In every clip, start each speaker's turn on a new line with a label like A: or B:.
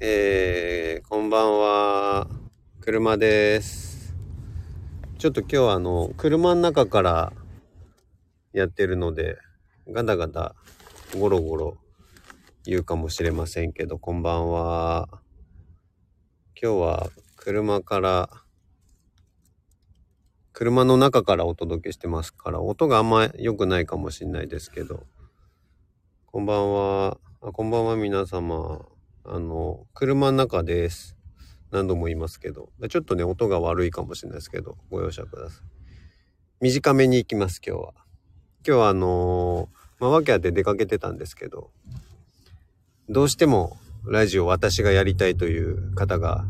A: えー、こんばんは。車です。ちょっと今日はあの、車の中からやってるので、ガタガタ、ゴロゴロ言うかもしれませんけど、こんばんは。今日は車から、車の中からお届けしてますから、音があんま良くないかもしれないですけど、こんばんは。あこんばんは、皆様。あの、車の中です。何度も言いますけど。ちょっとね、音が悪いかもしれないですけど、ご容赦ください。短めに行きます、今日は。今日はあのーまあ、訳あって出かけてたんですけど、どうしてもラジオ私がやりたいという方が、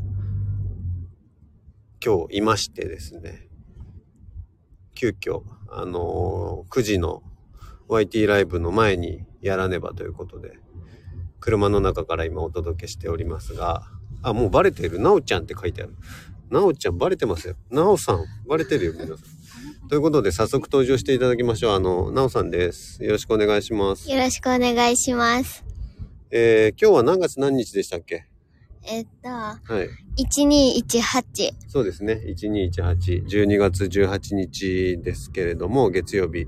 A: 今日いましてですね、急遽、あのー9時の YT ライブの前にやらねばということで、車の中から今お届けしておりますが、あ、もうバレてる。なおちゃんって書いてある。なおちゃんバレてますよ。なおさん、バレてるよ、皆さん。ということで、早速登場していただきましょう。あの、なおさんです。よろしくお願いします。
B: よろしくお願いします。
A: えー、今日は何月何日でしたっけ
B: えっと、
A: はい。
B: 1218。
A: そうですね。1218、12月18日ですけれども、月曜日。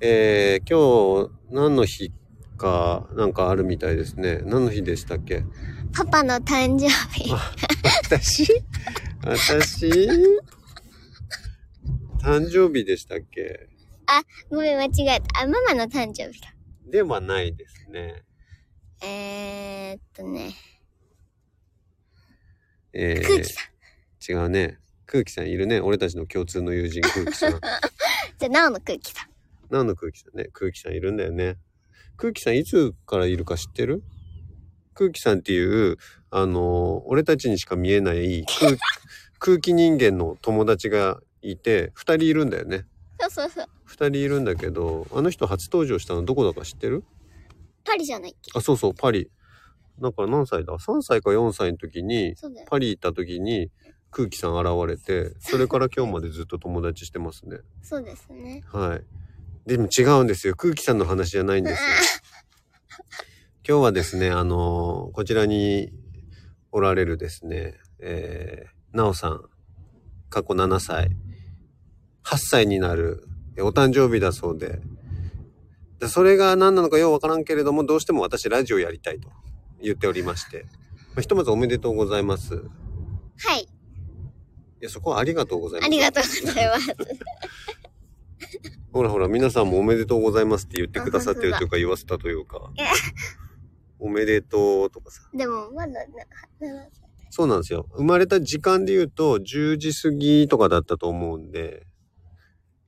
A: えー、今日、何の日か、なんかあるみたいですね。何の日でしたっけ
B: パパの誕生日。
A: 私私 誕生日でしたっけ
B: ごめん、間違えた。あ、ママの誕生日だ。
A: ではないですね。
B: えー、っとね、
A: えー
B: 空気さん。
A: 違うね。空気さんいるね。俺たちの共通の友人、空気さん。
B: じゃあ、なおの空気さん。
A: 何の空気さんね。空気さんいるんだよね。空気さんいつからいるか知ってる空気さんっていう、あのー俺たちにしか見えない空空気人間の友達がいて、二人いるんだよね。
B: そうそうそう。
A: 二人いるんだけど、あの人初登場したのどこだか知ってる
B: パリじゃないっけ
A: あ、そうそう、パリ。だから何歳だ ?3 歳か4歳の時に、
B: そうだよ。
A: パリ行った時に空気さん現れて、それから今日までずっと友達してますね。
B: そうですね。
A: はい。でも違うんですよ。空気さんの話じゃないんですよ。今日はですね、あのーこちらにおられるですね、えー、なおさん、過去7歳、8歳になる、えお誕生日だそうで、でそれが何なのかようわからんけれども、どうしても私ラジオやりたいと言っておりまして、まあひとまずおめでとうございます。い
B: はい。
A: や、そこはありがとうございま
B: あ
A: す。
B: りがとうございます。
A: ほらほら、皆さんもおめでとうございますって言ってくださってるというか、言わせたというか
B: え。
A: おめでとうとかさ。
B: でも、まだな、な
A: そうなんですよ。生まれた時間で言うと、10時過ぎとかだったと思うんで、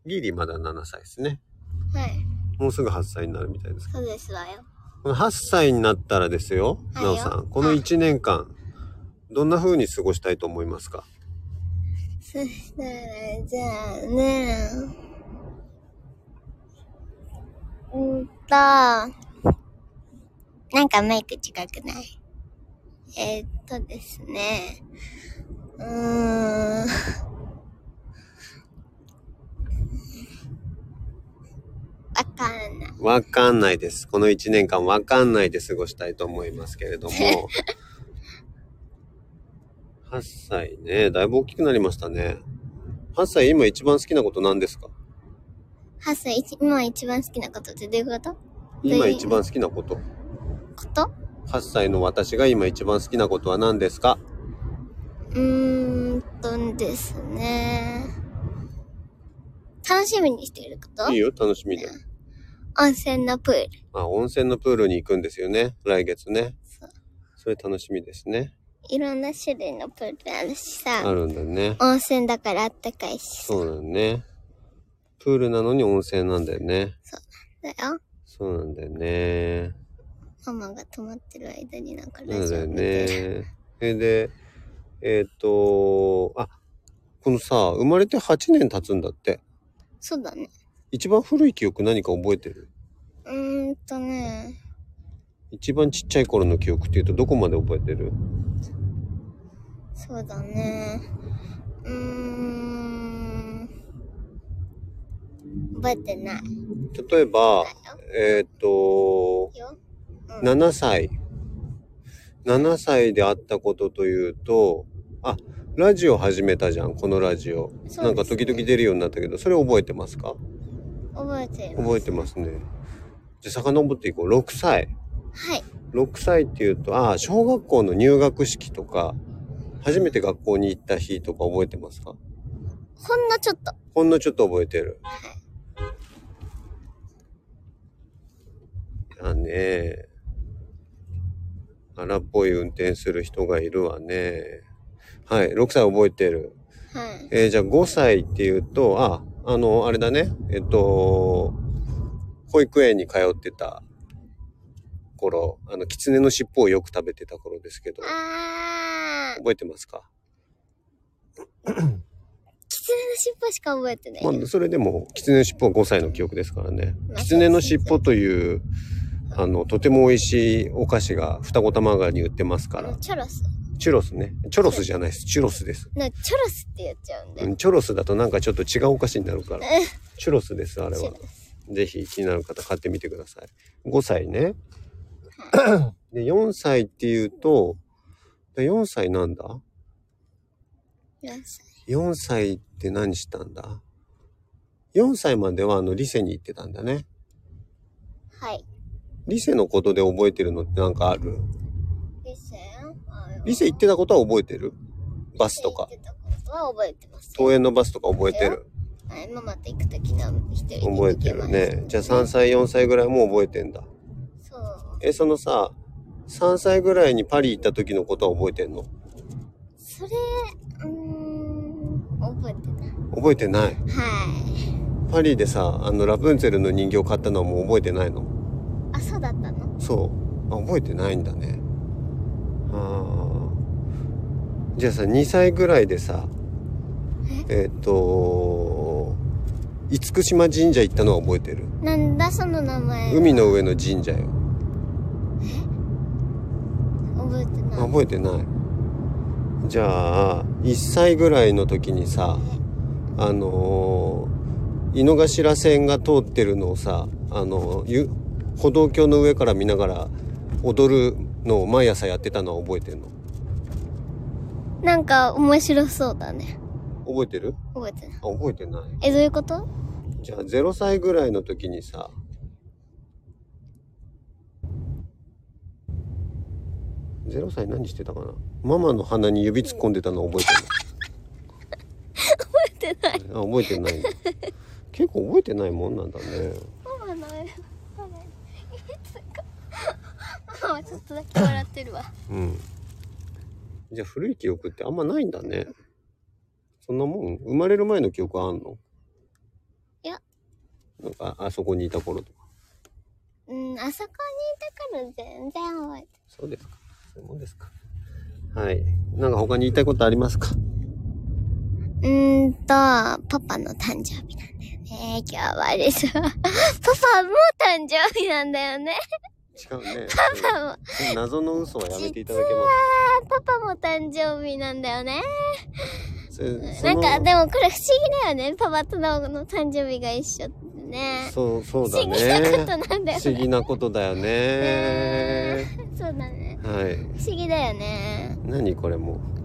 A: ギリまだ7歳ですね。
B: はい。
A: もうすぐ8歳になるみたいです。
B: そうですわよ。
A: この8歳になったらですよ、
B: は
A: な
B: いよ
A: おさん。この
B: はい
A: 1年間、どんな風に過ごしたいと思いますか
B: そしたら、じゃあね、うんと、なんかマイク近くないえー、っとですね、うーん、わかんない。
A: わかんないです。この1年間わかんないで過ごしたいと思いますけれども。8歳ね。だいぶ大きくなりましたね。8歳今一番好きなこと何ですか
B: 8歳、一今一番好きなことってどういうこと
A: 今一番好きなこと。
B: こと
A: 8歳の私が今一番好きなことは何ですか
B: うーんとですね。楽しみにしていること
A: いいよ、楽しみで。
B: 温泉のプール。
A: あ、温泉のプールに行くんですよね。来月ね。
B: そう
A: それ楽しみですね。
B: いろんな種類のプールあるし
A: あ
B: さ、
A: るんだね。
B: 温泉だからあったかいしさ。
A: そうだね。プールなのに温泉なんだよね。
B: だよ。
A: そうなんだよね。
B: ママが泊まってる間になんか
A: な
B: ラ
A: ん
B: ジ
A: だ
B: オ
A: よ
B: 見てる。
A: ね。それで、えっ、と、あ、このさ、生まれて8年経つんだって。
B: そうだね。
A: 一番古い記憶何か覚えてる
B: うーんとね、
A: 一番ちっちゃい頃の記憶っていうとどこまで覚えてる
B: そうだね。うーん。覚えてない。
A: 例えば
B: だ、よ。
A: えっ、と、
B: よ。
A: 7歳。 7歳であったことというと、あ、ラジオ始めたじゃん、このラジオ。
B: すね
A: なんか時々出るようになったけど、それ覚えてますか
B: 覚えています。
A: 覚えてますね。じゃ、遡っていこう。6歳。
B: はい。
A: 6歳っていうと、ああ、小学校の入学式とか、初めて学校に行った日とか覚えてますか
B: ほんのちょっと。
A: ほんのちょっと覚えてる。だね。荒っぽい運転する人がいるわね。はい、6歳覚えてる。
B: はい。
A: えーじゃあ5歳っていうと、あ、あの、あれだね。えっと、保育園に通ってた頃、あの、狐の尻尾をよく食べてた頃ですけど、
B: あー、
A: 覚えてますか
B: 狐の尻尾しか覚えてない。
A: まあ、それでも、狐の尻尾は5歳の記憶ですからね
B: ま。あ
A: 狐の尻尾という、あの、とても美味しいお菓子が二子玉川に売ってますか
B: あの
A: ら、
B: チョロス。
A: チュロスね。チョロスじゃないです。チュロスです。
B: なんかチョロスって言っちゃうんで。
A: うんチョロスだとなんかちょっと違うお菓子になるから。
B: え
A: チュロスです、あれ
B: チ
A: は
B: ョロ。ス。
A: ぜひ気になる方買ってみてください。5歳ね。で、4歳っていうと、で4歳なんだ
B: 4歳
A: ?4 歳って何したんだ ?4 歳まではあの、リセに行ってたんだね。
B: はい。
A: リセのことで覚えてるのってなんかある
B: リセ
A: リセ行ってたことは覚えてるバスとか
B: 行っ。てたことは覚えてます。
A: 登園のバスとか覚えてる
B: はい、ママと行くときの一人で行き
A: 覚
B: ま
A: え
B: した
A: てるね。じゃあ3。歳、4歳ぐらいも覚えてんだ。
B: そう。
A: え、そのさ、3歳ぐらいにパリ行った時のことは覚えてんの
B: それ、うーん、覚えてない。
A: 覚えてない。
B: はい。
A: パリでさ、あの、ラプンツェルの人形買ったのはもう覚えてないの
B: あ、そうだったの
A: そう。あ、覚えてないんだね。あーじゃあさ、2歳ぐらいでさ、えっ、と、厳島神社行ったのは覚えてる。
B: なんだその名前。
A: 海の上の神社よ。
B: 覚えてない。
A: 覚えてない。じゃあ、1歳ぐらいの時にさ、あのー井の頭線が通ってるのをさ、あのーゆ歩道橋の上から見ながら踊るのを毎朝やってたのは覚えてんの
B: なんか面白そうだね。
A: 覚えてる
B: 覚えてない。
A: あ、覚えてない。
B: え、どういうこと
A: じゃあ、0歳ぐらいの時にさ、0歳何してたかなママの鼻に指突っ込んでたの覚えてる
B: 覚えてない。
A: あ覚えてない んだ結構覚えてないもんなんだね
B: ママの名前。ママの名前ママちょっとだけ笑ってるわ。
A: うんじゃあ古い記憶ってあんまないんだねそんなもん生まれる前の記憶あんの
B: いや
A: なんかああそこにいた頃とか
B: うん、あそこにいたから全然覚えて
A: そうですかそういうもんですかはいなんか他に言いたいことありますか
B: うーんと、パパの誕生日なんだよね。今日はです。パパも誕生日なんだよね。
A: 違う ね
B: パパも。
A: うん謎の嘘はやめていただけ
B: パパも誕生日なんだよね。
A: ますそれそ
B: な
A: の
B: んか、でもこれ不思議だよね。パパとのの誕生日が一緒ってね。
A: そうそう
B: 不
A: だ
B: 思議なこ
A: ね
B: となんだよ
A: 不思
B: ね。
A: 議なことだよね
B: そうだね。
A: はい
B: 不思議だよね。
A: 何これもう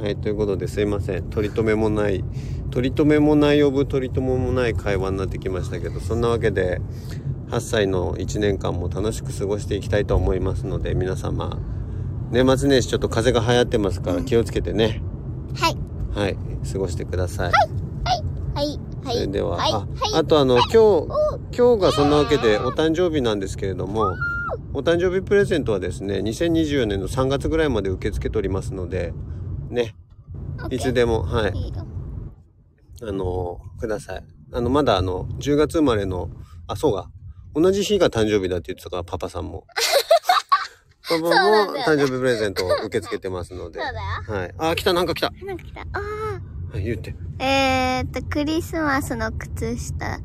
A: はいということですいません取り留めもない取り留めもない呼ぶ取り留めもない会話になってきましたけどそんなわけで8歳の1年間も楽しく過ごしていきたいと思いますので皆様年末年始ちょっと風邪が流行ってますから気をつけてね、
B: はい。
A: はい過ごしてください、
B: はい。はい。
A: それでは、
B: はい。
A: あ
B: はい。
A: あとあの、今日今日がそんなわけでお誕生日なんですけれどもお誕生日プレゼントはですね2024年の3月ぐらいまで受け付けておりますのでね
B: オッケー
A: いつでもはい
B: いいよ
A: あのくださいあのまだあの10月生まれのあそうか同じ日が誕生日だって言ってたからパパさん もパパも
B: なんだよ
A: 誕生日プレゼントを受け付けてますので
B: そうだよ。
A: はいあ来たなんか来た
B: なんか来た。ああ。
A: はい言って
B: えー、っと、クリスマスの靴下、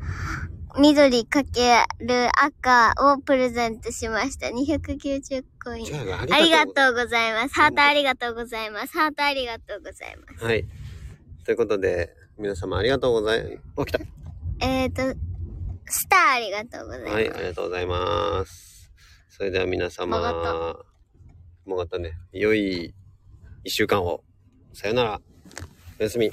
B: 緑かける赤をプレゼントしました。290コイン
A: じ。ゃあ
B: あ
A: あ
B: り
A: りが
B: が
A: とうございます
B: とうございます。ハートありがとうございます。ハートありがとうございます。
A: はい。ということで、皆様ありがとうござい、起きた。
B: えー、っと、スターありがとうございます。
A: はい、ありがとうございます。それでは皆様。
B: 曲が
A: もらったね。良い一週間を。さよなら。おやすみ。